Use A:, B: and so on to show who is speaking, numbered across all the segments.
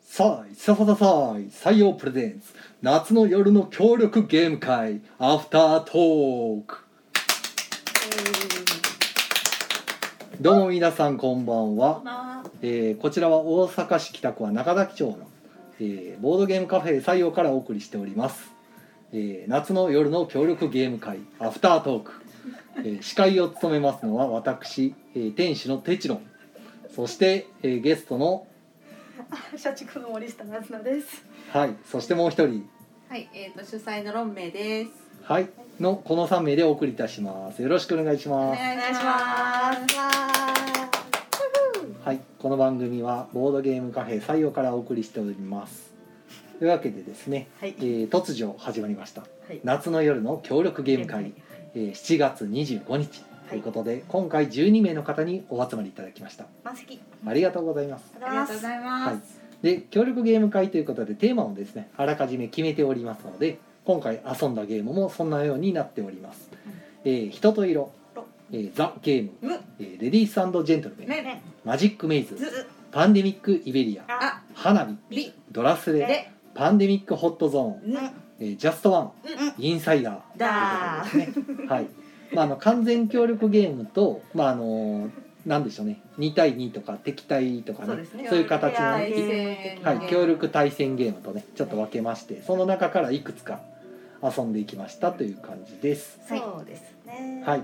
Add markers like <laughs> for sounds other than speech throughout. A: さあ、ささささあ、採用プレゼンツ、夏の夜の協力ゲーム会、アフタートーク。どうも皆さん、こんばんは。
B: まあ、
A: えーこちらは大阪市北区は中崎町の、えーボードゲームカフェ採用からお送りしております、えー夏の夜の協力ゲーム会アフタートーク、えー司会を務めますのは私、えー天使のテチロンそして、えーゲストの
B: 社畜の森下夏菜です。
A: はいそしてもう一人
C: はい、えっ、と主催のロンメイです。
A: はいのこの3名でお送りいたしますよろしくお願いし
C: お
A: ます
C: 願いし
B: お願い
C: ます。
A: はい、この番組はボードゲームカフェ採用からお送りしております。というわけでですね、
B: はい
A: えー突如始まりました、
B: い
A: 夏の夜の協力ゲーム会、えー7月25日ということで、今回12名の方にお集まりいただきました。
B: 満席。
A: ありがとうございます。
B: あ
C: ありがとうございます。
A: はいで、協力ゲーム会ということでテーマをですね、あらかじめ決めておりますので、今回遊んだゲームもそんなようになっております。えー人と色
B: ろ、
A: えーザ・ゲーム、
C: む、
A: えーレディースジェントルメン、
C: め、
A: マジック・メイズ、
C: ず、
A: パンデミックイベリア
C: あ、
A: 花火
C: り、
A: ドラスレ
C: で、
A: パンデミックホットゾーン、
C: ぬ、
A: えージャストワン
C: うん、
A: インサイダ
C: だ
A: ー、ね、はい、まあ、あの完全協力ゲームと、まああのなんでしょうね2対2とか敵対とかね
C: そうですね
A: いう形の、
C: 対
A: は
C: 戦
A: い、協力対戦ゲームとねちょっと分けましてその中からいくつか遊んでいきましたという感じです。
C: そうです。
B: ね
A: はい。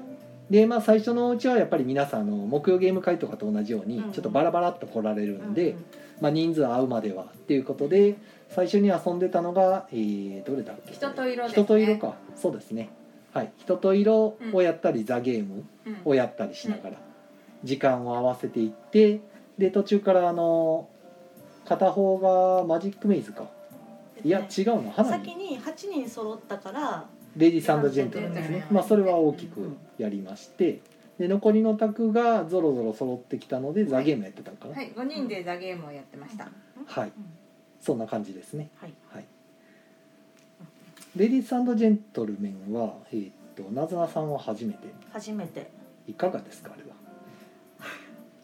A: でまあ、最初のうちはやっぱり皆さんあの木曜ゲーム会とかと同じように
C: うん
A: ちょっとバラバラっと来られるんで、まあ、人数合うまではっていうことで最初に遊んでたのが、えーどれだっけ
C: 人と色です
A: 人
C: ね
A: と色かそうですねはい人と色をやったり、ザ・ゲーム
C: うん、うん
A: をやったりしながら時間を合わせていってで途中からあの片方がマジックメイズかいや違うの花
B: 先
A: 火
B: に八人揃ったから、
A: レディージェントルですね、まあ、それは大きくやりましてで残りの卓がぞろぞろ揃ってきたので、ザ・ゲームやってたのかな
C: はい、五人でザゲームをやってました。
A: はい、そんな感じですね
B: はい。
A: はい、レディースジェントルメンは、えーっとなずなさんは初めて
B: 初めて
A: いかがですかあれ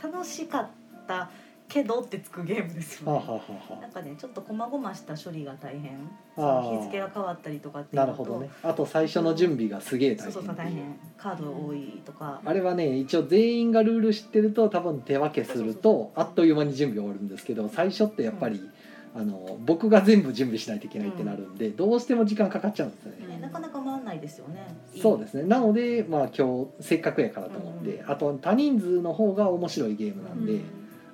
A: は。
B: 楽しかったけどってつくゲームです
A: はあ、
B: よ
A: は
B: ね。
A: あはあ
B: な
A: は
B: んかねちょっと細々した処理が大変。そ
A: あー
B: の日付が変わったりとかって
A: あ、
B: いう
A: な
B: の
A: る
B: と
A: ほどね。あと最初の準備がすげえ大
B: そ
A: 変
B: うそうそう大変。カード多いとか。
A: あれはね一応全員がルール知ってると多分手分けするとあっという間に準備終わるんですけど最初ってやっぱり、あの僕が全部準備しないといけないってなるんで、どうしても時間かかっちゃうんですよね。
C: うん
B: ねなかなか回んないですよね。。
A: そうですすねなので、まあ、今日せっかくやからと思って、
B: う
A: あと多人数の方が面白いゲームなんで、
C: うん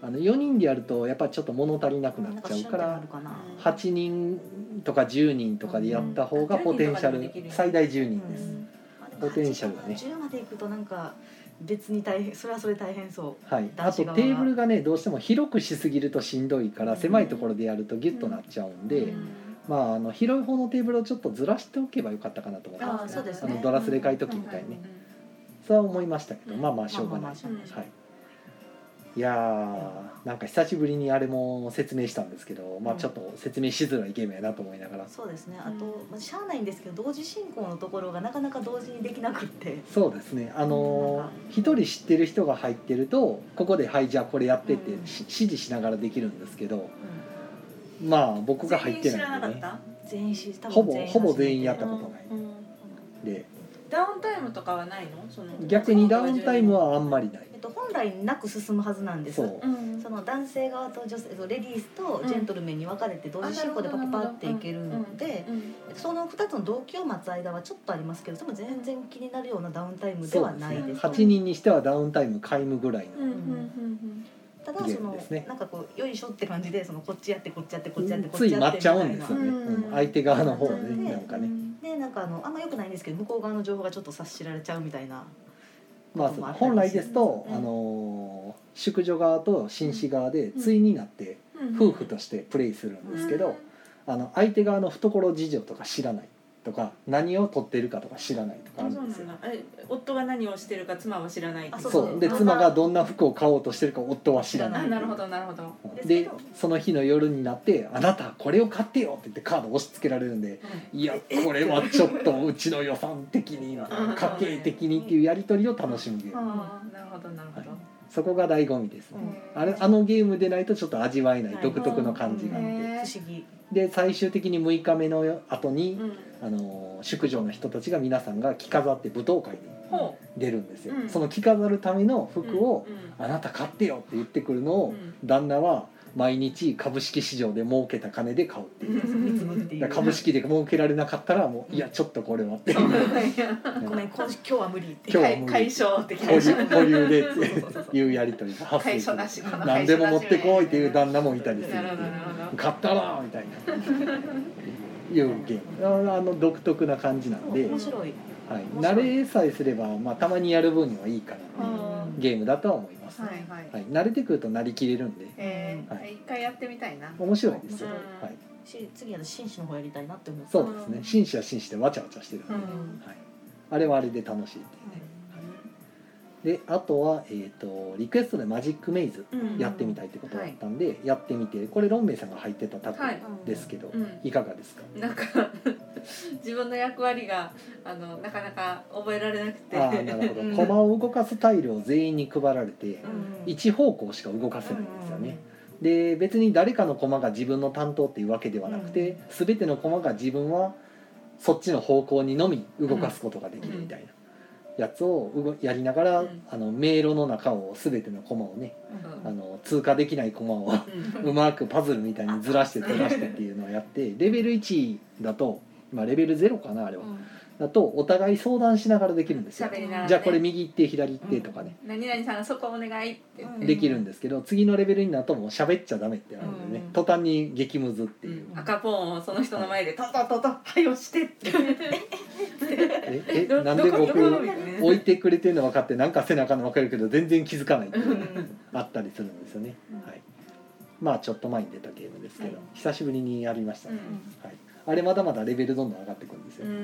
A: あの4人でやるとやっぱちょっと物足りなくなっちゃうから
B: なんか瞬間あるかな
A: 8人とか10人とかでやった方が
C: うん
A: ポテンシャル
C: 10人とかでもできるよね
A: 最大10人で
B: う
A: す
B: ん
A: ポテンシャルがね
B: 10まで行くとなんか別に大変それはそれ大変そ
A: はいあ
B: 男
A: と
B: 子
A: テ
B: 側は
A: ーブルがねどうしても広くしすぎるとしんどいから狭いところでやるとギュッとなっちゃうん
B: う、
A: で
B: うん
A: まああの広い方のテーブルをちょっとずらしておけばよかったかなと思い
B: あ
A: ま
B: あ
A: す
B: そう
A: ね
B: です
A: あ
B: ね
A: のドラスレ買い時みたいにねそうは思いましたけど
C: うん
A: まあまあしょうがない
B: まあまあまあしょうがない
A: はいいやーなんか久しぶりにあれも説明したんですけどまあ
B: うん
A: ちょっと説明しづらいゲームやなと思いながら
B: そうですねあと、まあ、しゃあないんですけど同時進行のところがなかなか同時にできなくって
A: そうですねあ
B: なん
A: の
B: か
A: ー一人知ってる人が入ってるとここで「はいじゃあこれやって」って
B: うん
A: し指示しながらできるんですけどまあ僕が入ってないんで
C: 全員知らな
A: ね
C: かっ
B: 全員し多分
A: ほぼ
B: 全員
A: ほぼ全員やったたことない
C: た。うん
A: で
C: ダウンタイムとかはないの？その
A: 逆にダウンタイム。はあんまりない
B: えっと、本来なく進むはずなんです
A: そう
C: うん。
B: その男性側と女性そうレディースとジェントルメンに分かれて同時進行でパパパっていけるので、
C: うん。
B: その2つの動機を待つ間はちょっとありますけどでも全然気になるようなダウンタイムではないです,、
C: そうですね
A: 8人にしてはダウンタイム皆無ぐらい
C: うんうんうん
B: ただその、
A: ゲームですね
B: なんかこうよいしょって感じでそのこっちやってこっちやってこっちやって
A: の
B: こっ
A: つ
B: ち
A: い
B: やっ
A: 待
B: て
A: っちゃうんですよね
C: うん
A: うん相手側の方
B: そう
A: ね
B: ね
A: なんかね
B: でなんかあのあんま良くないんですけど向こう側の情報がちょっと察しられちゃうみたいな
A: まあ
B: こともあったり
A: 本来ですと
C: うん
A: あのー宿女側と紳士側で
C: うん
A: 対になって
C: うん。
A: 夫婦としてプレイするんですけど、あの相手側の懐事情とか知らないとか何を取ってるかとか知らないとかあ
C: あ
A: る
C: そうん
A: です
C: なん
A: よ
C: だえ夫が何をしてるか妻は知らないってい
B: あ
A: そう
B: うなんだ
A: で
B: あ
A: 妻がどんな服を買おうとしてるか夫は知ら
C: あ
A: ない
C: なるほどなるほど、
A: でその日の夜になって「あなたこれを買ってよ」って言ってカード押し付けられるんで「いやこれはちょっとうちの予算的に
C: ん
A: 家計的に」っていうやり取りを楽しむゲーム
C: ああなるほどなるほど、
A: そこが醍醐味ですね、
B: うん
A: あれあのゲームでないとちょっと味わえない
B: はい
A: 独特の感じがあって、
D: へ
B: 不思議
A: で最終的に6日目の後に、
C: うん
A: あの宿女の人たちが皆さんが着飾って舞踏会に
C: ほ
A: 出るんですよ、
C: うん
A: その着飾るための
C: う
A: 服を、
C: うん
A: あなた買ってよ」って言ってくるのを、
C: うん
A: 旦那は毎日株式市場で儲けた金で買うっていう。
B: 見積もってい
A: だ
B: う
A: から株式で儲けられなかったらもう、いやちょっとこれはっていう
B: ごめん今日は無理って
A: 今日は
C: 解解消的な
A: 保留保留でっ
B: そうそうそう
A: ていうやり取りが発生
D: 会
A: す
D: 社
A: る
D: だしこの会社だし
A: 何でも持ってこいっていう旦那もいたりする
C: なるほどなるほど
A: 買ったらみたいないうゲームあの独特な感じなんで、
B: 面白い
A: はい、
B: 面白い
A: 慣れさえすれば、まあ、たまにやる分にはいいかな
D: あ
A: ゲームだとは思います、
D: ーはいはい
A: はい、慣れてくるとなりきれるんで
D: えー
A: はい
D: 一回やってみたいな
A: 面白いですよ、
C: うん
A: はい、
B: し次は紳士の方やりたいなって思った
A: そうですね紳士は紳士でわちゃわちゃしてるんで、
C: う
A: はい、
C: ん
A: あれはあれで楽しいっていうねであとは、えー、とリクエストでマジックメイズ
C: うん
A: やってみたいってことだったんで、やってみてこれロンメイさんが入ってたタ
C: は
A: ッ
C: い
A: グですけど、
C: うん
A: いかがですか
C: なんか <laughs> 自分の役割があのなかなか覚えられなくて
A: ああなるほど、
C: うん
A: 駒を動かすタイルを全員に配られて
B: うん
A: 一方向しか動かせないんですよね、で別に誰かの駒が自分の担当っていうわけではなくて、全ての駒が自分はそっちの方向にのみ動かすことができるみたいなやつを動やりながら、
C: うん
A: あの迷路の中を全ての駒をね
C: うん
A: あの通過できない駒をうまくパズルみたいにずらしてずらしてっていうのをやってレベル1だと、まあ、レベル0かなあれは、だとお互い相談しながらできるんですよ
C: 喋。りながらね
A: じゃあこれ右行って左行ってとかね、
C: 何々さんそこお願いって言って、
D: うん
A: できるんですけど次のレベルになるともう喋っちゃダメってなるんでね、
D: うん
A: 途端に激ムズっていう、
B: うん
C: 赤ポーンをその人の前で「トントントントンはい押して」って
A: ええ
C: ど
A: なんで
C: どこどこ
A: 僕置いてくれてるの分かってなんか背中の分かるけど全然気づかないっていうのがあったりするんですよね、
C: うん
A: はい、まあちょっと前に出たゲームですけど、
B: うん
A: 久しぶりにやりましたね、
C: うん
A: はい、あれまだまだレベルどんどん上がってくるんです
C: う
A: よ、
C: ー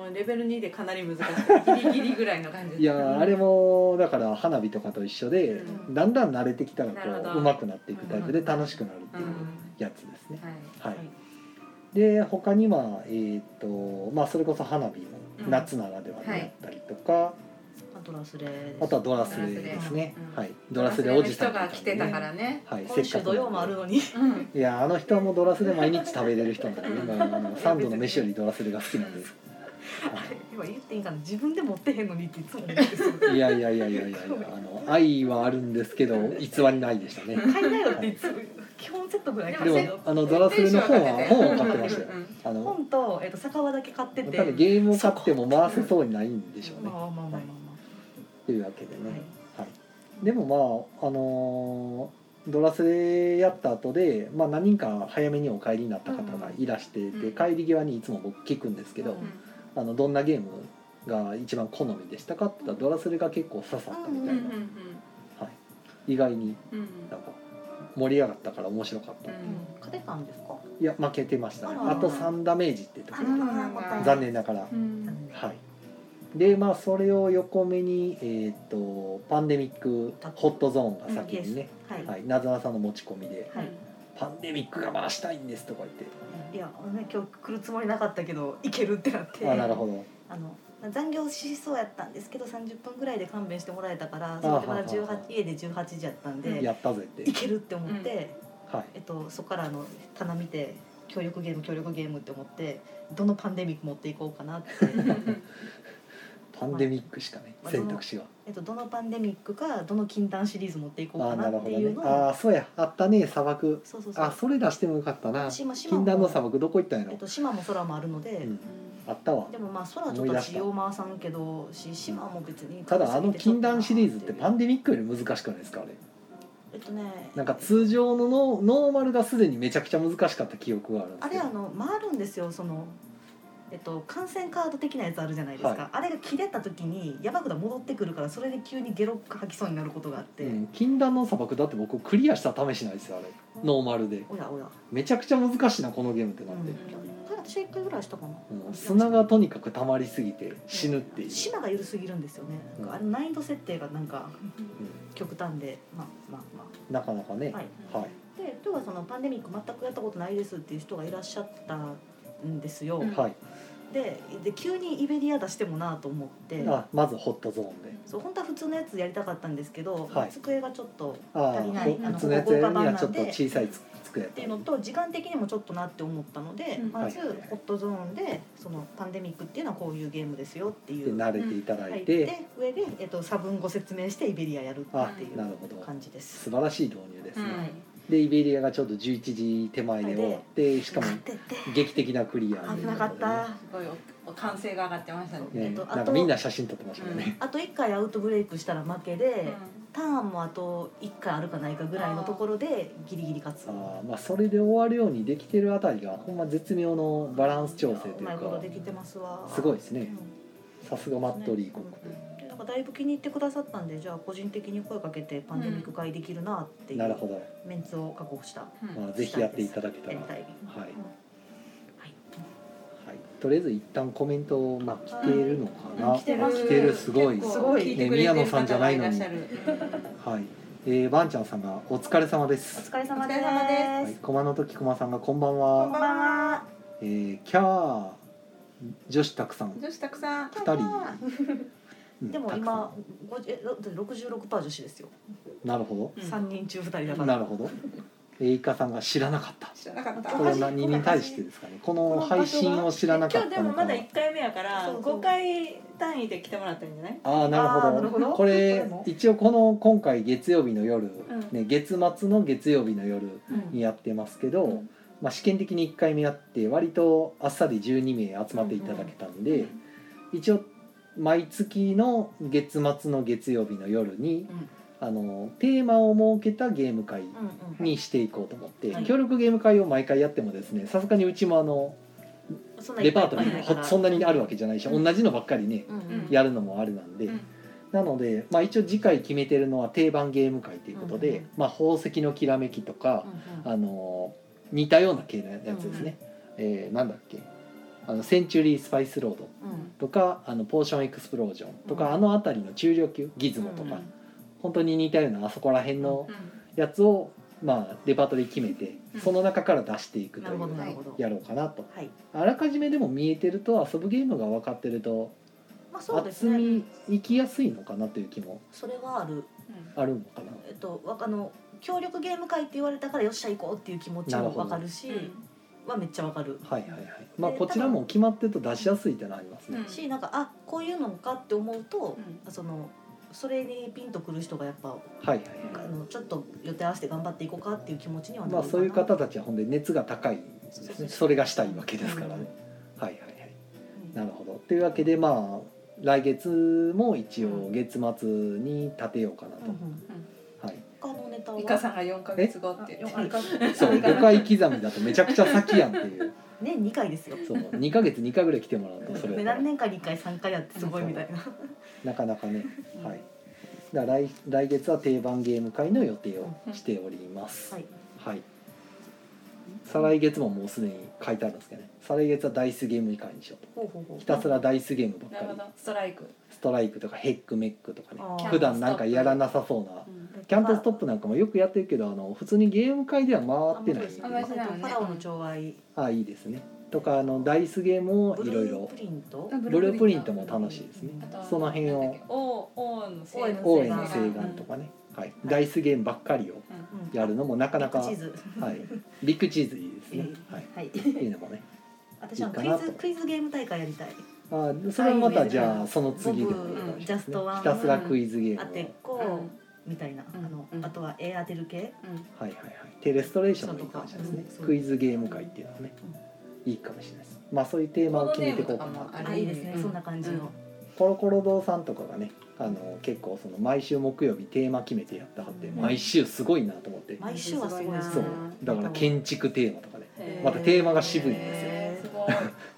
C: んもうレベル2でかなり難しいギリギリぐらいの感じ
A: いやーあれ
C: も
A: もだから花火とかと一緒で、
C: うん
A: だんだん慣れてきたら
C: なるほ
A: こう
C: ど
A: 上手くなっていくタイプで楽しくなるって
C: う
A: いうんやつですね、
C: はい
A: はい、で他には、えーとまあ、それこそ花火も
C: うん
A: 夏ならではであったりとか、
B: あとラスレです
A: あとはドラスレですね
C: ドラスレうん
A: はい、ドラスレおじさん
C: 人が来てたから
A: ね、
C: ね
A: はい、
B: 今週土曜もあるのに
C: うん
A: いやあの人はもうドラスレ毎日食べれる人なんで、ね、まああのサンドの飯よりドラスレが好きなん
C: <laughs>
A: です
B: <laughs> 今言っていいかな自分で持ってへんのにっていつも思うんですよ
A: いやいやいやいやいやいやあの愛はあるんですけど偽りないでしたね
B: 買いなよっていつも <laughs> 基本セットぐらい買
A: で
B: う
A: も
B: けど
A: あのドラスレの本は本を買ってましたよ
C: うん
A: あの
B: 本とえっと酒場だけ買って
A: 多
B: て
A: 分ゲームを買っても回せそうにないんでしょうね
B: まあまあまあまあ
A: というわけでね、
B: まあはい
A: はい、でもまああのードラスレやった後で、まあ何人か早めにお帰りになった方がいらしてて、
C: うん
A: 帰り際にいつも僕聞くんですけど、
C: うん
A: あのどんなゲームが一番好みでしたかって言ったらドラスレが結構刺さったみた
C: う
A: い
C: ん
A: な、はい、意外に
C: うんうん
A: なんか盛り上がったから面白かった、
C: う
A: い
C: ん
B: 勝てたんですか
A: や負けてましたね
B: あ
A: あ
B: ら
A: と3ダメージってところで
C: あら
A: 残念ながら、
C: うん
A: はいでまあそれを横目に、えー、とパンデミックホットゾーンが先にね、
B: はい
A: はい、なずなさんの持ち込みで
B: はい
A: 「パンデミックが回したいんです」とか言って
B: いやあのね今日来るつもりなかったけど行けるってなっ
A: 「
B: て
A: あなるほど
B: あの残業しそうやったんですけど30分ぐらいで勘弁してもらえたから
A: あ
B: それで
A: は
B: まだ
A: あはあ
B: 18家で18時やったんで
A: やったぜ」って
B: いけるって思って、
A: はい
B: えっと、そこからあの棚見て協力ゲーム協力ゲームって思ってどのパンデミック持っていこうかなって、
A: パンデミックしかね
B: まあ
A: 選択肢が
B: えっと、どのパンデミックかどの禁断シリーズ持っていこう
A: あ
B: か
A: あな
B: な
A: る
B: って
A: ほど
B: いう
A: ね
B: のを
A: ああそうやあったね砂漠
B: そうそうそう
A: あそれ出してもよかったな
B: 島島
A: 禁断の
B: も
A: 砂漠どこ行ったんや
B: えっ
A: ろ
B: と、島も空もあるので、
A: うんあったわ
B: でもまあ空はちょっと血を回さんけどし島も別に
A: ただあの禁断シリーズってパ
B: ン
A: ンデミックより難しくないですかあれ
B: えっとね
A: なんか通常のノーノーマルがすでにめちゃくちゃ難しかった記憶があるんで
B: あ
A: すけ
B: れあ
A: ど
B: の回るんですよそのえっと感染カード的なやつあるじゃないですか、
A: はい
B: あれが切れた時にやばくだ戻ってくるからそれで急にゲロ吐きそうになることがあって、
A: うん禁断の砂漠だって僕クリアした試しないですよあれノーマルで
B: おやおや、
A: めちゃくちゃ難しいなこのゲームってなって
B: うんこれ私は一回ぐらいしたかな、
A: うん砂がとにかく溜まりすぎて死ぬっていう、
B: 島が緩すぎるんですよねなんかあの難易度設定がなんか
A: う
B: 極端でまあまあま
A: んなかなかね
B: あ
A: は
B: はいい、で今日はそのパンデミック全くやったことないですっていう人がいらっしゃったんですよ、
C: うん
A: はい
B: でで急にイベリア出してもなと思って
A: あまずホットゾーンで
B: そう本当は普通のやつやりたかったんですけど、
A: はい
B: 机がちょっと
A: ああ
B: 足りないあの
A: つのやつにはちょっと
B: なんで
A: 小さいつ机やっ
B: ったていうのと時間的にもちょっとなって思ったので、
C: うん
B: まず
A: はい
B: ホットゾーンでそのパンデミックっていうのはこういうゲームですよってい
A: で
B: う
A: 慣れていただ
B: 入
A: い、
B: ってて上で、えっと、差分ご説明してイベリアやる
A: あ
B: っていう
A: なるほど
B: 感じです。
A: 素晴らしい導入です
C: う
A: ね、
C: ん
A: でイベリアがちょうど11時手前で終わってしかも
B: 勝ってて
A: 劇的なクリア
B: 危なかった。
C: すごいおお歓声が上がってましたね。
B: え
A: ね
B: っとあと
A: なんかみんな写真撮ってましたよね、
B: あと1回アウトブレイクしたら負けで、
C: うん
B: ターンもあと1回あるかないかぐらいのところでギリギリ勝
A: <laughs>
B: つ。
A: ああまあそれで終わるようにできてるあたりがほんま絶妙のバランス調整という
B: まいこと
A: か
B: できてますわ。
A: すごいです
B: う
A: ね
B: ん
A: さすがマットリー
B: う
A: 国
B: んでなんかだいぶ気に入ってくださったんでじゃあ個人的に声かけてパンデミック会できるなっていう、
A: なるほど、
B: メンツを確保した
C: うん
A: まあ、ぜひやっていただけたら
B: 全
A: はい、
B: 体
A: はい
B: うんはい
A: とりあえず一旦コメントをまあ来ているのかな、
B: はい来てます
A: 来てるすごい
C: 結構
B: すごい
C: 聞てくれてる
A: ね宮野さんじゃないのに
C: 方がらっしゃる
A: はい、えー、ばんちゃんさんが「お疲れ様で
B: お
A: す」
B: 疲れ様です
C: お疲れ様で
A: は
C: す
A: い、駒の時駒さんが「こんばんは」
B: こんばんは
A: えー、キャー女子たくさん
C: うん女子たくさん。
A: 二人うん
B: でも
A: たくさん
B: 今ごえ66%女子ですよ、
A: なるほ
C: うん
B: 三3人中2人だか
A: ど
B: ら
A: なるほどえーイカさんが知らなかった
C: 知らなかった。
A: これは何に対してですかねこの配信を知らなかっ
D: 今日
A: た
D: でも
A: の
D: ま
A: か
D: だ
A: な
D: 1回目やから
B: そうそう
D: 5回単位で来てもらったんじゃない
A: ああなる
B: あー
A: ほ
B: な
A: ど
B: るほど
A: こ
B: これ
A: れ
B: も
A: 一応この今回月曜日の夜、
D: ん
A: ね、月末の月曜日の夜にやってますけど、
D: うん
A: まあ、試験的に1回目やって割とあっさり12名集まっていただけたんで、一応毎月の月末の月曜日の夜に、あのテーマを設けたゲーム会
B: うんうん
A: にしていこうと思って、
B: はい
A: 協力ゲーム会を毎回やってもですねさすがにうちもあの
B: そんない
A: レ
B: っぱ
A: パー
B: い
A: トリ
B: いっ
A: ー
B: ぱ
A: が
B: いだ
A: ほ
B: から
A: そんなにあるわけじゃないし、
D: うん
A: 同じのばっかりね、
B: うんうん
C: うん
A: やるのもあれなんで、
C: うん
A: なので、まあ、一応次回決めてるのは定番ゲーム会ということで、
B: うんうん
A: まあ、宝石のきらめきとか
B: う、んうん
A: あの似たような系のやつですね、えーなんだっけあのセンチュリー・スパイス・ロード
B: うん
A: とかあのポーション・エクスプロージョンとか、
B: うん
A: あの辺りの中量級ギズモとか、
B: うん
A: 本当に似たようなあそこら辺の
C: うん
A: やつを、まあ、レパートリー決めて、
C: うん
A: その中から出していくと
B: ないるほど
A: う
B: なるほど
A: やろうかなと
B: はい
A: あらかじめでも見えてると遊ぶゲームが分かってると
B: まあそうです
A: 厚
B: ね
A: みいきやすいのかなという気も
B: それはある
A: あるのかな
B: えっとわあの協力ゲーム会って言われたからよっしゃ行こうっていう気持ちもわかるし
C: うん
B: はめっちゃわかる
A: はいはいはいまあ
B: で
A: こちらも決まってると出しやすいってのはありますね、
C: うん
B: しなんかあこういうのかって思うと
C: う、ん
B: そのそれにピンとくる人がやっぱ
A: はいはい
B: あのちょっと予定合わせて頑張っていこうかっていう気持ちにはなるか
A: ま
B: な
A: あそういう方たちはほんで熱が高いです
B: そう
A: ね
B: そう
A: それがしたいわけですからね、はいはいはいなるほどというわけでまあ来月も一応月末に立てようかなと、
B: うんうん
A: はい
B: 他のネタは
C: イカさんが四ヶ月後って言
B: よ
C: っ
B: あ
C: て。
B: れか
A: そう5回
B: <laughs>
A: 刻みだとめちゃくちゃ先やんっていう
B: 年2回ですよ
A: そう2ヶ月2回ぐらい来てもらうとそれ
B: ね
A: やった
B: <laughs>
A: ら
B: 何年かに1回3回やってすごいみたいな
A: なかなかねはいだから来来月は定番ゲーム会の予定をしております、
B: はい
A: はい。再来月ももうすでに書いてあるんですけどね。再来月はダイスゲーム以下にしようと。
B: ほうほうほう
A: ひたすらダイスゲームば
C: なるほ
A: っかり。
C: ど。ストライク。
A: ストライクとかヘックメックとかね
B: あ。ー
A: 普段なんかやらなさそうな。キャンプストップなんかもよくやってるけど、あの普通にゲーム会では回ってない。
B: あんまりそうですね
C: うん
B: パラオの寵愛
A: ああ、いいですね。とかあのダイスゲームを
B: ブ
A: いろい
B: ルー
A: ろ
B: プ。リント
C: あ
A: ブループリントも楽しいですね
C: あ。と
A: その辺
C: なんだ
A: を
C: っけ王王の
B: 王への
A: 応
B: 聖
A: 援
B: 願
A: の請願とかね。はい。ダイスゲームばっかりを
C: う
B: うん
A: やるのもなかなか。
B: チ
A: は
B: ー
A: い。
B: ズ
A: ビッグチーズいいですね。はい。
B: はい
A: いいのもね。
B: 私はい
A: い
B: ク
A: か
B: イ
A: なと
B: ズクイズゲーム大会やりたい
A: あそれはまたじゃあ
B: はい
A: その次でもいいかもしれない
B: ボブ
A: です
B: ジャストワン
A: ひたすらクイズゲームをはい
B: 当てっ
C: んう
B: こ
C: ん
B: みたいなあ
C: うん
B: の
C: うん
B: あとは絵当てる系
C: うん
A: はいはいテレストレーションもいいかもしれないで
B: そう
A: すね
B: とか
A: クイズゲーム会っていうのはねいいかもしれないですまあそういうテーマを決めていこうか
C: ボードゲームとか
A: な
C: も
B: あいいですね
C: うん
B: そんな感じの
A: コロコロ堂さんとかがねあの結構その毎週木曜日テーマ決めてやってはって
B: うん
A: 毎週すごいなと思って
B: 毎週はすごいです
A: そう
B: ね
A: だから建築テーマとかね
C: へー
A: またテーマが渋いんですよ
C: へーすごい。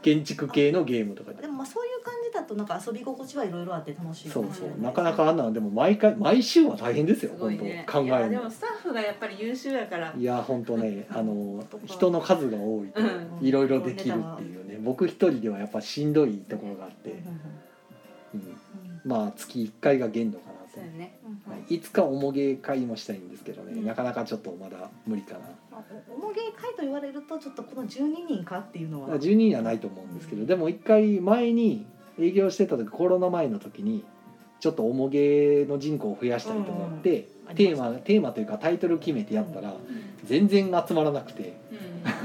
A: 建築系のゲームとかで
B: でもまあそういう感じだとなんか遊び心地はいろいろあって楽しいか
A: そう
B: もし
A: そ
B: れいう
A: なかなかあんなのでも毎回毎週は大変ですよ
C: すご
A: 本
C: いね
A: 当考
C: い
A: え
C: や
A: る
C: で
A: の
C: もスタッフがやっぱり優秀やから
A: いや本当ねあの
B: 男は
A: 人の数が多いと
C: うん
A: いろいろできるっていうね僕一人ではやっぱしんどいところがあって
B: うん、
A: うん
B: うん
A: まあ月1回が限度かな
C: そうや
A: と、
C: ね
B: うんうん
A: はい、いつか重げ会もしたいんですけどね、
C: うん
A: なかなかちょっとまだ無理かな
B: まあお重げ会と言われるとちょっとこの12人かっていうのは
A: 12人はないと思うんですけどでも1回前に営業してた時コロナ前の時にちょっと重げの人口を増やしたりとかって、
B: うん
A: テーマテーマというかタイトル決めてやったら全然集まらなくて
C: うん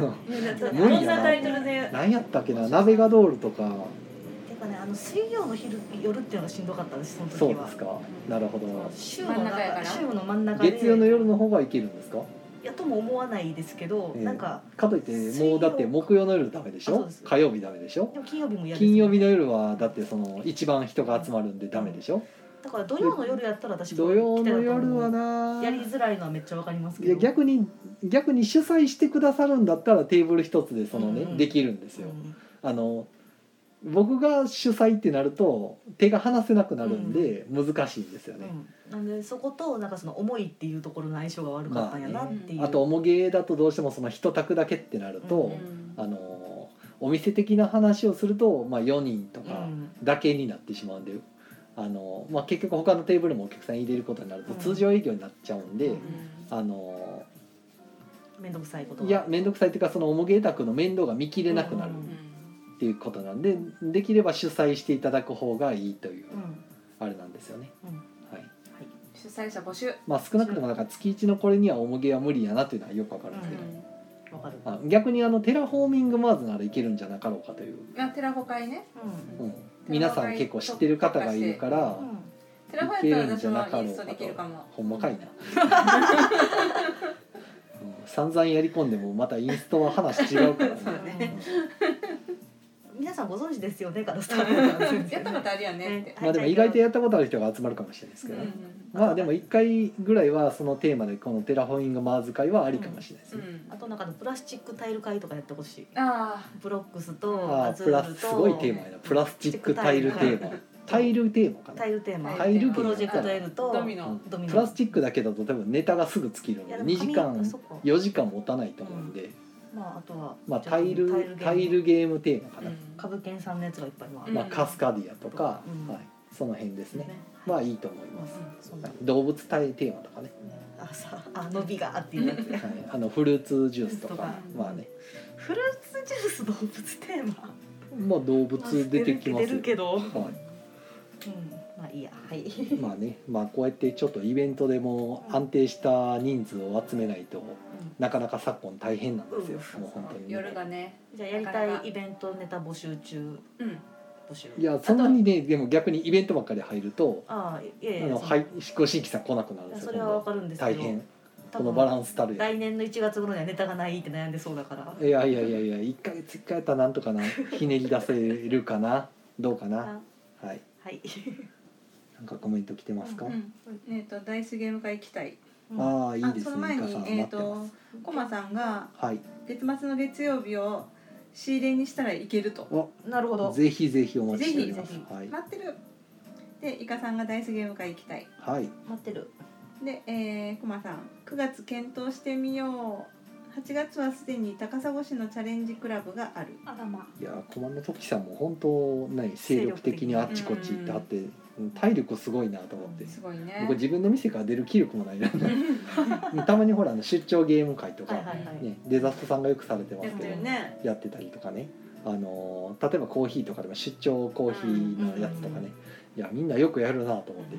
C: うん
D: そう
A: 無
D: こ
A: 理
D: ん
A: や
D: な
A: な
D: タイトルで
A: 何やったっけな「ナベガドール」とか
B: てかねあの水曜の昼夜っていうのがしんどかったですその
A: そう
B: 時
A: で
B: は
A: すかなるほど
B: 週の
C: 真ん中や
B: 中
C: から
B: 週の真ん中で
A: 月曜の夜の方がいけるんですか
B: いやとも思わないですけど、
A: ええ
B: なんか
A: かといってもうだって木曜の夜ダメでし
B: あそう
A: ょ
B: です
A: 火曜日ダメでしょ
B: でも金曜日も嫌です
A: 金曜日の夜はだってその一番人が集まるんでダメでしょ
B: だから土曜の夜やったら私
A: 土曜の夜は
B: な
A: な
B: やりづらいのはめっちゃわかります
A: い
B: け
A: や
B: ど
A: 逆に逆に主催してくださるんだったらテーブル一つでそのね、
B: うんうん
A: できるんですよ、
B: うん
A: あの僕が主催ってなると手が離せなくなるんで難しいんですよ
B: う
A: ね、
B: んなんでそことなんかその思いっていうところの相性が悪かったんやなっていう、
A: あと重げだとどうしてもその一択だけってなる
B: う
A: と、
C: うん
A: あのお店的な話をすると、まあ、4人と
B: う
A: か
B: ん
A: だけになってしまうんで、あのまあ、結局他のテーブルもお客さん入れることになると
B: うん
A: 通常営業になっちゃうんで、
B: うん
A: あの
B: めんどくさいことが
A: いや面倒くさいっていうかその重げ宅の面倒が見切れなくなるっていうことなんでできれば主催していただく方がいいという
B: うん
A: あれなんですよね。
B: うん
A: はい
C: 主催者募集
A: まあ、少なくともなんか月一のこれには重げは無理やなというのはよくわかるんですけど、
C: う
B: わかる
A: あ逆にあのテラフォーミングマーズならいけるんじゃなかろうかという、
C: んあテラフォ会ね
B: うん
A: うん、皆さん結構知ってる方がいるから
B: うん
C: テラフォやったら私はインストできるかも
A: ほんまかいな、 <laughs> うん、散々やり込んでもまたインストは話違う <laughs> からね
D: そうだね
B: 皆さんご存知ですよねからスター
C: <laughs>
B: ト
C: やったことあるよねって
A: うんまあでも意外とやったことある人が集まるかもしれないです
C: う
A: け
C: ん
A: ど
C: う
A: ね、
C: ん
A: まあでも1回ぐらいはそのテーマでこのテラフォーミングマーズ会はありかもしれないです
C: う
A: ね、
C: ん
B: あとなんかあのプラスチックタイル会とかやってほしい
C: あ
B: ブロックス
A: あ
B: と
A: あ
B: アズ
A: プラス
B: ール
A: すごいテー
B: と
A: マやなプラスチックタイルテーマタイルテーマかな
B: タイルテーマ
A: タイル
B: プロジェクト L
C: あ
B: と
C: ドミノ
B: ドミノ
A: プラスチックだけだと多分ネタがすぐ尽きるん
B: い
A: で
B: やでも
A: 2時間
B: 紙そっか
A: 4時間持たないと思うんで、
B: まああとは
A: まあ、タイル
B: ゲーム
A: タイルゲームテーマかな、
C: うん
B: 株券さんのやつがいっぱいもあ
C: う
B: る
C: ん
A: まあ、カスカディアとか、
B: うん
A: はい、その辺ですね、
B: ま
A: まあいいと思います、
B: あそんな
A: 動物体テーマとかね、
B: あさあ伸びがあってい
A: <laughs>
B: うやつ
A: はい、あのフルーツジュースとか
B: とか
A: まあね
B: フルーツジュース動物テーマ
A: まあ動物出てきます
B: 出るけど、うん、
A: は
B: まあいいやはい
A: い、まあね、まあ、こうやってちょっとイベントでも安定した人数を集めないとなかなか昨今大変なんですよ、
B: うん
A: もう本当に、ね、
C: 夜がね
B: じゃあやりたいイベントネタ募集中
C: うん
B: 募集
A: いやそんなにねでも逆にイベントばっかり入ると
B: ああいやい
A: あ
B: や
A: の
B: その
A: はいご新規さん来なくなるんで
B: いや
A: す
B: そ
A: よ
B: れはわかるんですけ
A: 大
B: ど
A: 変
B: 多
A: こ
B: 分
A: のバランスたるや
B: 来年の1月頃にはネタがないって悩んでそうだから
A: いやいやいやいや1ヶ月1回やったらなんとかなひねり出せるかなどうかな
B: あ
A: はい
B: はい
A: なんかコメント来てますか、
C: うんえっとダイスゲーム会行きたい
B: うん
A: ああいい
C: あ
A: です
C: そ
A: ね
C: の前
A: イカさん
C: に
A: 待
C: え
A: っ
C: って
A: ま
C: と
A: す
C: コマさんが
A: はい
C: 月末の月曜日を仕入れにしたらいけると
B: なるほど
A: ぜひぜひお待
C: ぜ
A: ちしてお
C: ひ
A: り
C: ぜ
A: ます
C: ひ
A: はい、
C: 待ってるでイカさんがダイスゲーム会行きたい
A: はい、
B: 待ってる
C: でえー、コマさん9月検討してみよう8月はすでに高砂市のチャレンジクラブがある
D: あらま
A: いやー駒の時さんも本当何精力的にあっちこっち行ってあって、うん体力すごいなと思って、
C: すごいね
A: 僕自分の店から出る気力もないな <laughs> たまにほらあの出張ゲーム会とか、
B: はいはいはい、
A: ね、デザストさんがよくされてま
C: や
A: す
C: っ
A: け
C: て
A: ど
C: るね
A: やってたりとかね、あのー例えばコーヒーとかでも出張コーヒーのやつとかね、いやみんなよくやるなと思って、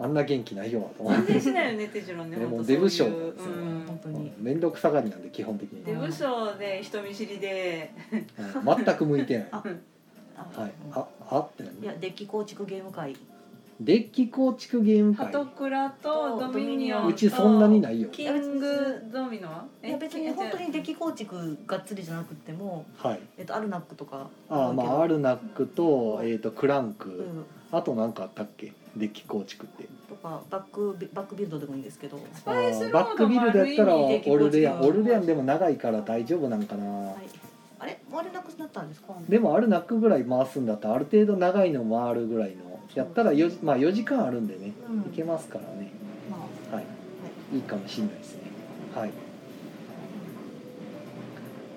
A: あんな元気ないよなと思っ
D: 全
A: て
D: 然しないよねテジロンね
A: で
D: ほ
A: も
D: んとそういう
A: デブ賞なんです
D: う
A: よ
D: ん
B: 本当に
A: 面倒くさがりなんで基本的に、
D: デ
A: うん
D: ブ賞で人見知りで
A: 全く向いてない。
B: あ
A: はい、
B: あ
A: ああってない
B: やデッキ構築ゲーム会
A: デッキ構築ゲーム
C: ハ
A: 会
C: トクラとドミニオンと
A: うちそんなにないよ
C: キングドミノはい
B: や別に本当にデッキ構築がっつりじゃなくても、
A: はい
B: えっと、アルナックとか
A: あーまあアルナックと,、えー、とクランク、
B: うん
A: あと何かあったっけデッキ構築って
B: とかバックビバックビルドでもいいんですけど、はい、
C: スパイスロード
A: バックビルドやったら
C: もある意味
A: オルレアン
C: デッキ構築
A: オルレアンでも長いから大丈夫なんかな、
B: あれ終われなくなったんですか
A: でもあるナックぐらい回すんだったらある程度長いの回るぐらいのやったら 4,、まあ、4時間あるんでね、
B: うん
A: いけますからね
B: まあ
A: はい、い、いかもしれないですねはい、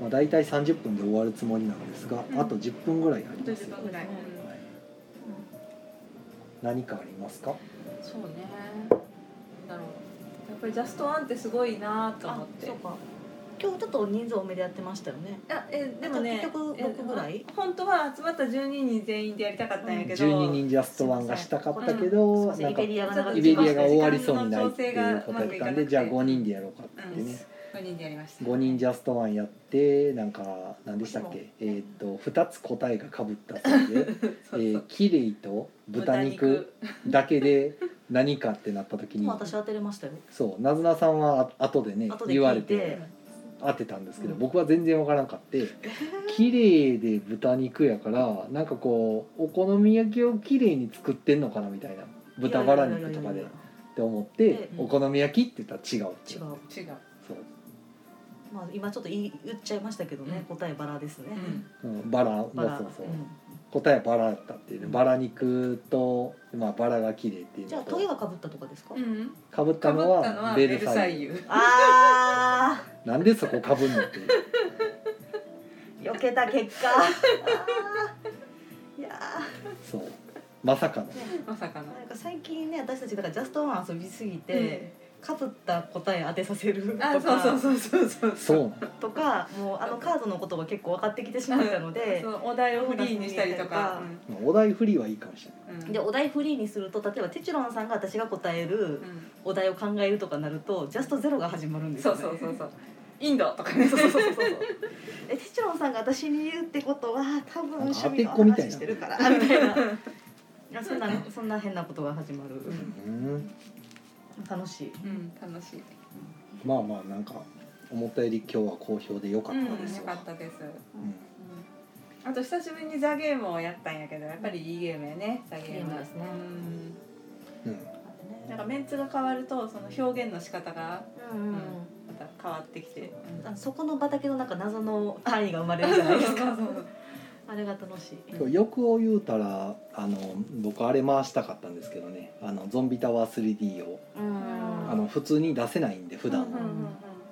A: まあ、大体30分で終わるつもりなんですが、
C: うん
A: あと10分ぐらいあ
C: あ
A: り
C: と
A: ますよ
C: 10、分ぐらい、
B: うん
A: はい、何かありますか
C: そうねなんだろうやっぱりジャストワンってすごいなと思
B: あ
C: って
B: そうか今日ちょっと人数多めでやってましたよね
D: あえでもね
B: 結局
D: え
B: 六ぐらい
D: 本当は集まった12人全員でやりたかったんやけど、
A: 12人ジャストワンがしたかったけ
B: すい
A: ど
B: ませ
A: なんん
B: イ
A: かイ
B: ベリアがなんか
D: イ
A: ベリ
D: ア
A: アが終わりそうにないっていうことやったんでじゃあ5人でやろうかってね
D: 5人でやりました
A: 5人ジャストワンやってなんか何でしたっけえーっと2つ答えがかぶった
B: <laughs>
A: せいでえ
D: <laughs> そうそう
A: ーキレイと豚肉だけで何かってなった時に
B: もう私当てれましたよ
A: そうなずなさんはあ後でね
B: 後で
A: 言わ
B: 聞
A: れ
B: い
A: て
B: て
A: 当てたんですけど、
B: うん
A: 僕は全然わからんかって綺麗で豚肉やからなんかこうお好み焼きを綺麗に作ってんのかなみたいな豚バラ肉とかでっ
B: いやいやいやいや
A: て思って
B: で
A: お好み焼きって言ったら違うって
B: 違う
D: 違う、
A: そう、
B: まあ今ちょっと言い言っちゃいましたけどね、
D: うん
B: 答えバラですね、
A: うん、バラも
B: バラ
A: そうそう、
B: うん
A: 答えバラやったっていうねバラ肉と、まあ、バラが綺麗っていう
B: じゃ
A: の
B: あトゲ
A: と
B: がかぶったとかですか、
D: うんうん
A: かぶった
D: かぶっ
A: の
D: たの
A: は
D: は
A: ベ
D: ベ
A: ル
D: ル
A: サ
D: サ
A: イ
D: イ
A: ユ
D: ユ
B: あ
A: なんでそこかぶんのっていう
B: ー避けた結果あーいや
D: <laughs>
A: そうまさかの
B: ー、ね
D: まさかの
B: なんか最近ね私たちだからジャストワン遊びすぎて、かぶった答え当てさせるとか
D: あそうそうそうそうそう
A: そううなの
B: とかもうあのカードのことが結構分かってきてしまったので
D: そうお題をフリーにしたりとか、
A: まあお題フリーはいいかもしれない
D: うんうん
B: でお題フリーにすると例えばテチロンさんが私が答える
D: う
B: お題を考えるとかなるとジャストゼロが始まるんで
D: ん
B: す
D: そ
B: よ
D: う
B: ね
D: そうそうそうインドとかね
B: そうそうそうそうそう <laughs> えテチロンさんが私に言うってことは多分趣味の
A: 当てっこみたい
B: 話
A: な
B: してるからみたいなそんなそんな変なことが始まる
A: うん
B: 楽しい
D: うん楽しい
A: まあまあなんか思ったより今日は好評で良かったで
D: うん
A: す
D: よ
A: よ、
D: かったです
A: うん
D: あと久しぶりにザゲームをやったんやけどやっぱりいいゲームやねザゲーム
B: いいゲームですね
A: うん
D: うんなんかメンツが変わるとその表現の仕方が
B: うんうんうん
D: また変わってきて
B: あそこの場だけのなんか謎の範囲が生まれるじゃないですか <laughs> あれが楽しい
A: 今日欲を言うたらあの僕あれ回したかったんですけどねあのゾンビタワー 3D を
B: うん
A: あの普通に出せないんで普段は、
D: うんうんうんうん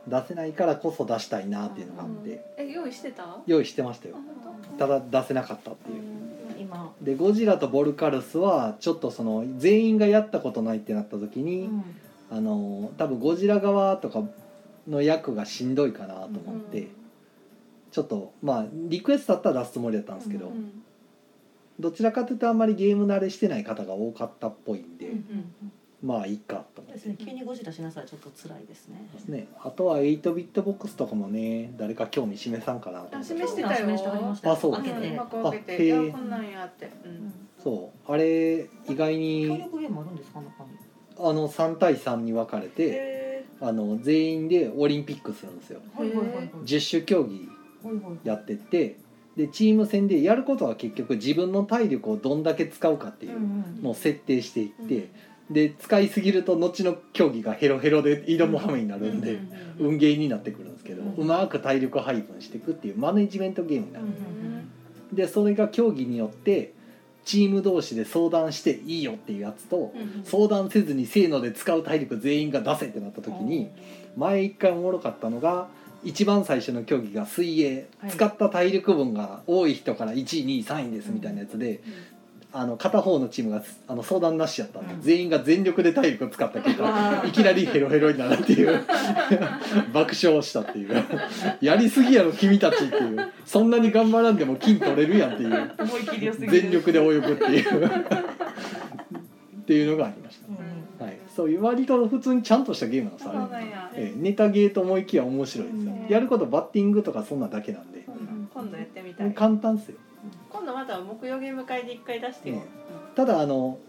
A: 出せないからこそ出したいなっていうのがあって、
D: え用意してたあ
A: 用意してましたよ
D: 本当
A: ただ出せなかったっていう
B: 今、
A: でゴジラとボルカルスはちょっとその全員がやったことないってなった時
B: う
A: に、
B: ん
A: あの多分ゴジラ側とかの役がしんどいかなと思って、
D: うん
A: ちょっとまあリクエストだったら出すつもりだったんですけど、
B: う
D: うん
A: どちらかというとあんまりゲーム慣れしてない方が多かったっぽいんで、
D: うん
A: まあいいかと思っ
B: そうで
A: て
B: すね急にゴジラしなさいちょっと辛いですね
A: ですねあとは8ビットボックスとかもね誰か興味示さんかなと思
D: あ
A: っ
D: 示しててたよ
B: 示してはりましたよ
A: あそう
B: 開け
D: うん
B: て
D: うまく開け
A: あ
D: てい
A: へえ
D: やこんなんやってう
B: うんん
A: そうあれ意外
B: 協
A: に
B: 力ゲームあるんですか中に
A: あの3対3に分かれて
B: へ
A: あの全員でオリンピックするんですよ
B: はいはいはいはい
A: 10種競技
B: はいはい
A: やってってでチーム戦でやることは結局自分の体力をどんだけ使うかっていうのを設定していって、で使いすぎると後の競技がヘロヘロで挑む羽目にな
D: うん
A: るん
D: う
A: で、
D: んうん
A: 運ゲーになってくるんですけど、う
B: うん
A: まく体力配分していくっていうマネジメントゲームになる、
B: うん
A: でそれが競技によってチーム同士で相談していいよっていうやつと、
D: うん
A: 相談せずにせーので使う体力全員が出せってなった時に、前一回おもろかったのが一番最初の競技が水泳、
B: はい
A: 使った体力分が多い人から1位2位3位ですみたいなやつで、あの片方のチームがあの相談なしやったんで、
B: うん
A: 全員が全力で体力を使った結
B: <laughs>
A: 果
B: わあ
A: いきなりヘロヘロになるっていう
B: <laughs>
A: 爆笑したっていうやりすぎやろ君たちっていうそんなに頑張らんでも金取れるやんっていう
B: 思い切り良すぎる
A: 全力で泳ぐっていう
B: <laughs>
A: っていうのがありまし
B: うんうん
A: た、はい、そういう割と普通にちゃんとしたゲームなんです
D: そう
A: あ
D: な
A: れ
D: んや
A: ええネタゲーと思いきや面白いですよ、
B: うん
A: やることバッティングとかそんなだけなんで
D: そうなん今度やってみた
A: もう
D: い
A: 簡単っすよ
D: 今度また木曜ゲーム会で一回出してよ、
A: ねただあの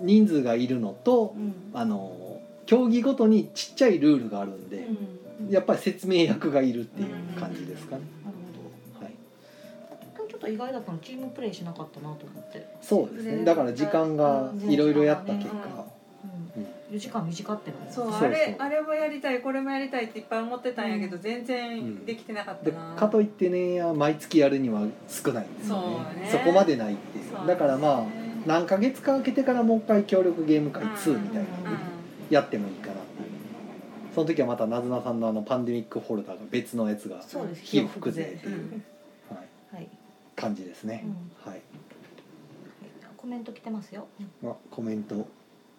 A: 人数がいるのと
B: うん
A: あの競技ごとにちっちゃいルールがあるん
D: う
A: で、
D: ん
A: やっぱり説明役がいるっていう感じですかね、
B: なるほ
A: はい、
B: ど今日ちょっと意外だったのチームプレイしなかったなと思って
A: そうですねだから時間がいろいろやった結果、
B: う
A: うん
B: ん4時間短っての
D: そう
A: そうそ
D: あ
A: う
D: れあれもやりたいこれもやりたいっていっぱい思ってたんやけど、
B: うん
D: 全然できてなかった
A: で
D: な、
A: かといってね毎月やるには少ないんですよ
D: そう
A: ね
D: ね
A: そこまでないっていう
D: そうね
A: だからまあ何ヶ月か空けてからもう一回協力ゲーム会2みたいな
D: う
A: の
D: ん
A: やってもいいかなっていうその時はまたなずなさんのあのパンデミックホルダーが別のやつが、
B: そうです
A: 非福税って
D: う
A: い
D: ん
A: う、はい、
B: はい
A: 感じですね、はい
B: コメント来てますよ
A: あコメント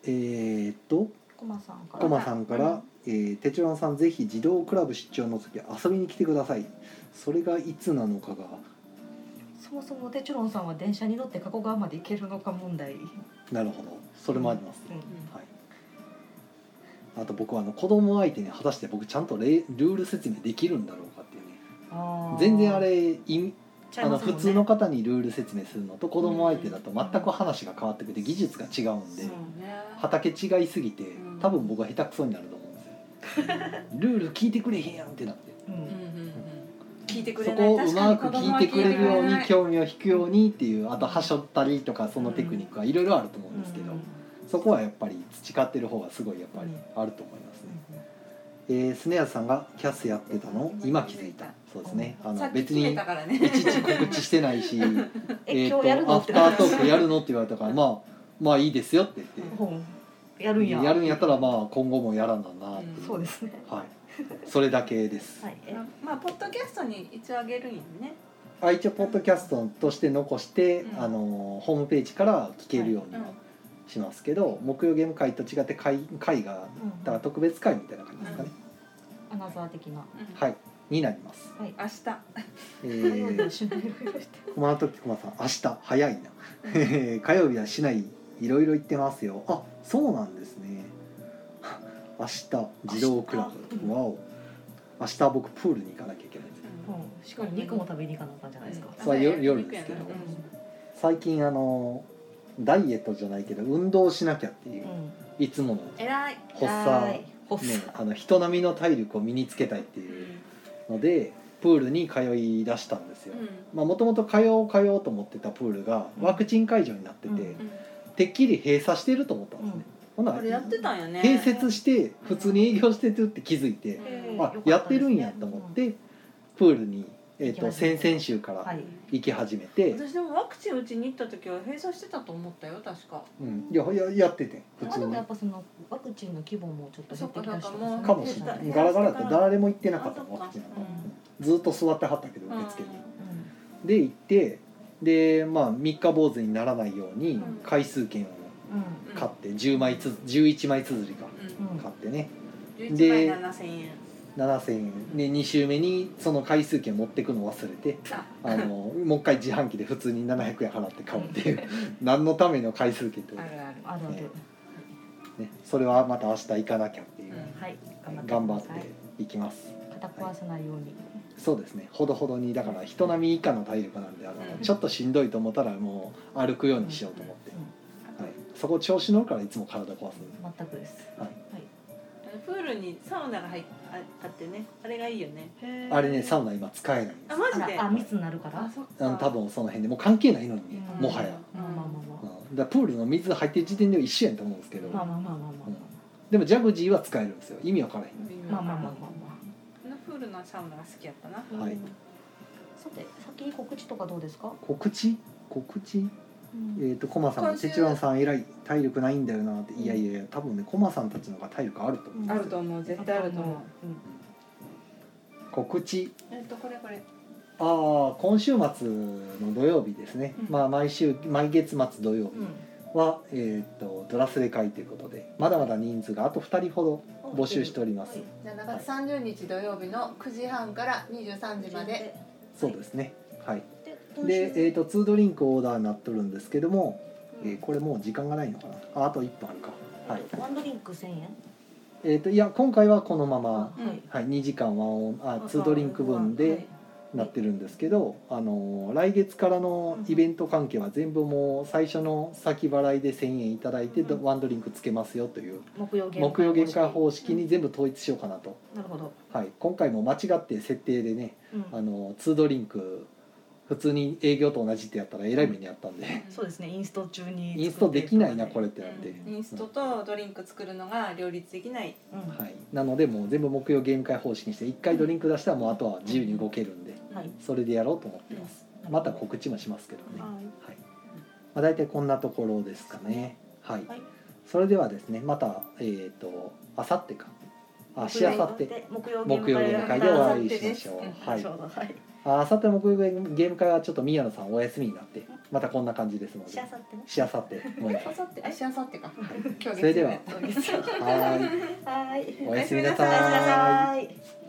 A: えー、っと
B: コマさんか
A: コ
B: ら
A: マさんから「えーテチロンさんぜひ児童クラブ出張の時遊びに来てください」それがいつなのかが
B: そもそもテチュロンさんは電車に乗って加古川まで行けるのか問題、うん、
A: なるほどそれもあります、はい、あと僕はあの子供相手に果たして僕ちゃんとレイルール説明できるんだろうかっていうね
B: あー
A: 全然あれい
B: ちゃ
A: あ
B: いま
A: の
B: すもん
A: 普
B: ね
A: 通の方にルール説明するのと子供相手だと全く話が変わってくて技術が違うんで
D: ね
A: 畑違いすぎて
D: ん
A: 多分僕は下手くそになると思うんですよ
D: <laughs>
A: ルール聞いてくれへんやんってなって
B: う
D: うん
B: ん
D: うんうん聞いてく
A: そ
D: れない
A: こをうまく
D: 確かに
A: 聞いてくれるよう
D: 子供は聞いてくれな
A: に
D: い
A: 興味を引くようにっていうあとはしょったりとかそのテクニックはいろいろあると思うんですけど
B: うん
A: そこはやっぱり培ってる方がすごいやっぱりあると思いますね。えー、スネアさんがキャスやってたのを今気づいたそうですねあ
D: さ
A: の
D: っき
A: 別
D: 決め
A: に
D: たから
A: い
D: ね
A: ちいち告知してないし
B: え
A: ー
B: 今日やる
A: と
B: の
A: ア
B: っ
A: フ
B: て
A: タートークやるのって言われたからまあまあいいですよって言っ
B: うんやるん
A: て
B: や
A: やるんやったらまあ今後もやらんだなってい
B: そうですね
A: はいそれだけです、
B: はいえ
D: まあまあポッドキャストに一応あげるんやね
A: あ一応ポッドキャストとして残して、
D: うん
A: あのーホームページから聞けるようにはしますけど、木曜ゲーム会と違って会会が
B: うん
A: だから特別会みたいな感じですかね、
B: アナザー的
D: う
B: な
D: ん
A: はいになります、
B: はい
D: 明日
A: え
B: 火曜 <laughs> 日
A: ー
B: の旬のいろいろして
A: 熊の時熊さん明日早いな <laughs> 火曜日は市内いろいろ行ってますよあそうなんですね <laughs> 明日児童クラ
B: 明
A: ブわお明日は僕プールに行かなきゃいけないです
B: うんしかも肉も食べに行かなあかんじゃないですか
A: んそう夜夜ですけど最近あのダイエットじゃないけど運動しなきゃっていううんいつもの
D: えらい
A: 発
B: は
A: 作
B: い発
A: ね
B: 作
A: あの人並みの体力を身につけたいって
D: う
A: いうんのでプールに通い出したんですよ
D: う
A: まあもともと通おう通おうと思ってたプールがワクチン会場になってて、
B: うん
D: ん
A: てっきり閉鎖してると思ったんですね、ほ
D: こ
A: な
D: れやってたんやね
A: 併設して普通に営業してるって気づいて、
B: え
A: あ
B: ーよかたですね
A: やってるんやと思って、プールに、えー、
B: 行
A: と
B: き始め
A: 先
B: た
A: 々週か
B: は
A: ら
B: い
A: 行き始めて、
D: 私でもワクチン打ちに行った時は閉鎖してたと思ったよ確か
A: うん、いやややってて普
B: まあ
A: 通
B: でも
A: に
B: やっぱそのワクチンの規模もちょっと減ってきたし
D: そっかそっかもう
A: かもしれな
D: う
A: い
D: ん
A: ガラガラだって誰も行ってなかった
D: あそっか
A: わけじゃなか
D: うん
A: ずっと座ってはったけど受付に、
B: うん
A: で行ってでまあ三日坊主にならないように
D: うん
A: 回数券を
B: うん
A: 買って10枚つ11枚つづりか
D: うん
B: うん
A: 買ってね
D: 11万7000円
A: 7000円で2週目にその回数券持ってくの忘れて
D: あ
A: あ
D: <laughs>
A: のもう一回自販機で普通に700円払って買うっていう何のための回数券ってこ
D: あ
A: と
D: るある
B: あるある
A: ねそれはまた明日行かなきゃっていう、
D: うん
B: はい
A: 頑張っ
B: くださ
A: ていきます、
B: い肩壊さないように
A: そうですねほどほどにだから人並み以下の体力なんであの、
D: うん
A: ちょっとしんどいと思ったらもう歩くようにしようと思って、
D: うん
A: はい、そこ調子乗るからいつも体壊すんで
B: 全くです
A: はい
D: プールにサウナが入っああってねあれがいいよね
A: あれねサウナ今使えないんです
D: あマジ
B: あ
D: で
B: らあ密になるから
D: そっ
A: あ
D: か
A: の多分その辺でもう関係ないのにね、
B: うん
A: もはや、
B: まあまあまあま
A: うんだからプールの水入ってる時点では一緒やんと思うんですけど、
B: あまあまあまあまあまあまあ
A: でもジャグジーは使えるんですよ意味わからへん
B: まあまあまあま
D: あのプールのサウナが好きやったな
B: あまあ。
A: はい
B: うんさて、先に告知とかどうですか。
A: 告知告知えっ、
B: え
A: とコマさん「
D: 今週
A: テチロンさん偉い体力ないんだよな」って「いやいやいや多分ねコマさんたちの方が体力あると思うんですよ
D: あると思う絶対あると思う、
A: 告知
D: えっとこれこれ
A: ああ今週末の土曜日ですね、
D: うん
A: まあ毎週毎月末土曜日
B: うん
A: は、えっ、とドラスレ会ということでまだまだ人数があと2人ほど募集しております、
B: はい
E: じゃあ7月30日土曜日の9時半から23時まで。
A: そうですねはい
B: で、
A: で
B: 今、週
A: えー、と2ドリンクオーダーになっとるんですけども、
D: うん
A: えーこれもう時間がないのかなああと1分あるかはい
B: ワンドリンク千円。
A: えー、といや今回はこのまま、
B: あはい。
A: はい、2時間ワンオンあ
B: あ
A: 2ドリンク分
B: はい
A: でなってるんですけど、あのー来月からのイベント関係は全部もう最初の先払いで1,000円いただいて、
B: うん
A: ワンドリンクつけますよという
B: 木曜限界。
A: 木曜限界方式に全部統一しようかなと、
B: なるほど。
A: はい、今回も間違って設定でね、
B: うん
A: あのー2ドリンク普通に営業と同じってやったらえらい目にあったんで。
B: そうですね。インスト中に。
A: インストできないなこ
B: れ。
A: れってなって、
D: インストとドリンク作るのが両立できない
B: うん
A: はい、なのでもう全部木曜ゲーム会方式にして1回ドリンク出したらもうあとは自由に動けるんで
B: はい。
A: それでやろうと思ってますまた告知もしますけどね、はい
B: は
A: まあ、大体こんなところですかねはい、
B: はい
A: それではですねまたえっ、とあさってかあ
B: い。
A: しあさって
B: 木曜
A: 木曜ゲーム会でお会いしましょう
D: 明後日です
A: はい
B: ちょうどはい。
A: あさって木曜ゲーム会はちょっと宮野さんお休みになってまたこんな感じですので
B: しあさってね
A: しあさってごめんなさ
E: あ
A: い
E: さってあしあさってか今日月曜日
A: それでは
E: そうです
A: はーい
B: はーい
A: おやすみな
C: おや
B: おやすみな
C: すみな
A: さーい
B: さい